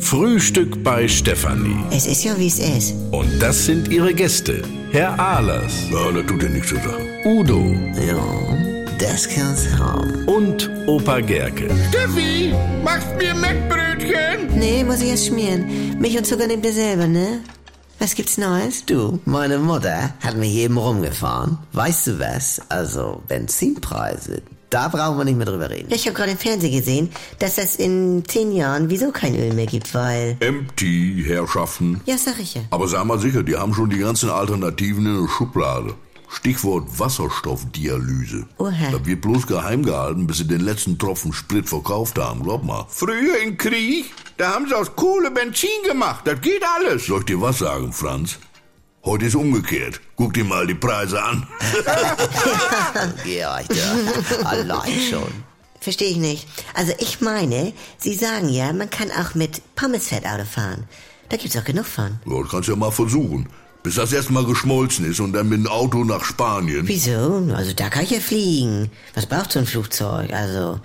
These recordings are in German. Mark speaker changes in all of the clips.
Speaker 1: Frühstück bei Stefanie.
Speaker 2: Es ist ja, wie es ist.
Speaker 1: Und das sind ihre Gäste. Herr Ahlers. Ja, das tut ja nichts zu sagen. Udo
Speaker 2: Ja, das kann's haben.
Speaker 1: und Opa Gerke.
Speaker 3: Steffi, machst mir Mettbrötchen?
Speaker 2: Nee, muss ich jetzt schmieren. Milch und Zucker nehmt ihr selber, ne? Was gibt's Neues?
Speaker 4: Du, meine Mutter hat mich eben rumgefahren. Weißt du was? Also Benzinpreise, da brauchen wir nicht mehr drüber reden.
Speaker 2: Ich habe gerade im Fernsehen gesehen, dass das in zehn Jahren wieso kein Öl mehr gibt, weil...
Speaker 3: Empty, Herrschaften.
Speaker 2: Ja, sag ich ja.
Speaker 3: Aber sei mal sicher, die haben schon die ganzen Alternativen in der Schublade. Stichwort Wasserstoffdialyse.
Speaker 2: Oha.
Speaker 3: Da wird bloß geheim gehalten, bis sie den letzten Tropfen Sprit verkauft haben, glaub mal. Früher im Krieg, da haben sie aus Kohle Benzin gemacht. Das geht alles. Soll ich dir was sagen, Franz? Heute ist umgekehrt. Guck dir mal die Preise an.
Speaker 4: Georg, du, allein schon.
Speaker 2: Verstehe ich nicht. Also ich meine, Sie sagen ja, man kann auch mit Pommesfett Auto fahren. Da gibt's auch genug von.
Speaker 3: Ja, das kannst du ja mal versuchen. Bis das erstmal geschmolzen ist und dann mit dem Auto nach Spanien.
Speaker 2: Wieso? Also da kann ich ja fliegen. Was braucht so ein Flugzeug? Also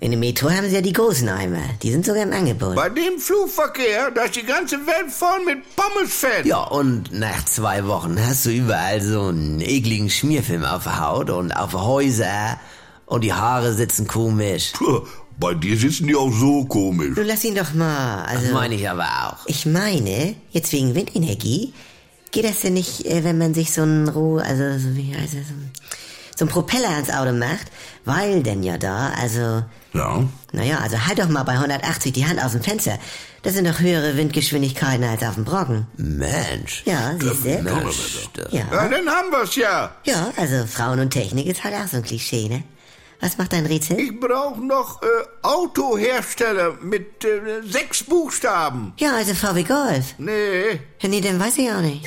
Speaker 2: in dem Metro haben Sie ja die großen Eimer. Die sind sogar im Angebot.
Speaker 5: Bei dem Flugverkehr, da ist die ganze Welt voll mit Pommesfett.
Speaker 4: Ja, und nach zwei Wochen hast du überall so einen ekligen Schmierfilm auf der Haut und auf Häuser und die Haare sitzen komisch.
Speaker 3: Puh, Bei dir sitzen die auch so komisch.
Speaker 2: Nun lass ihn doch mal. Also
Speaker 4: Das meine ich aber auch.
Speaker 2: ich meine, jetzt wegen Windenergie, geht das denn nicht, äh, wenn man sich so ein Roh, also so wie heißt das, so ein- so ein Propeller ans Auto macht, weil denn ja da, also
Speaker 3: Ja.
Speaker 2: Naja, also halt doch mal bei 180 die Hand aus dem Fenster. Das sind doch höhere Windgeschwindigkeiten als auf dem Brocken.
Speaker 4: Mensch.
Speaker 2: Ja, siehst du?
Speaker 4: Mensch. du.
Speaker 5: Ja,
Speaker 2: Ja.
Speaker 5: dann haben wir's ja.
Speaker 2: ja, also Frauen und Technik ist halt auch so ein Klischee, ne? Was macht dein Rätsel?
Speaker 5: Ich brauche noch äh, Autohersteller mit äh, sechs Buchstaben.
Speaker 2: Ja, also VW Golf.
Speaker 5: Nee.
Speaker 2: Ja, Nee, dann weiß ich auch nicht.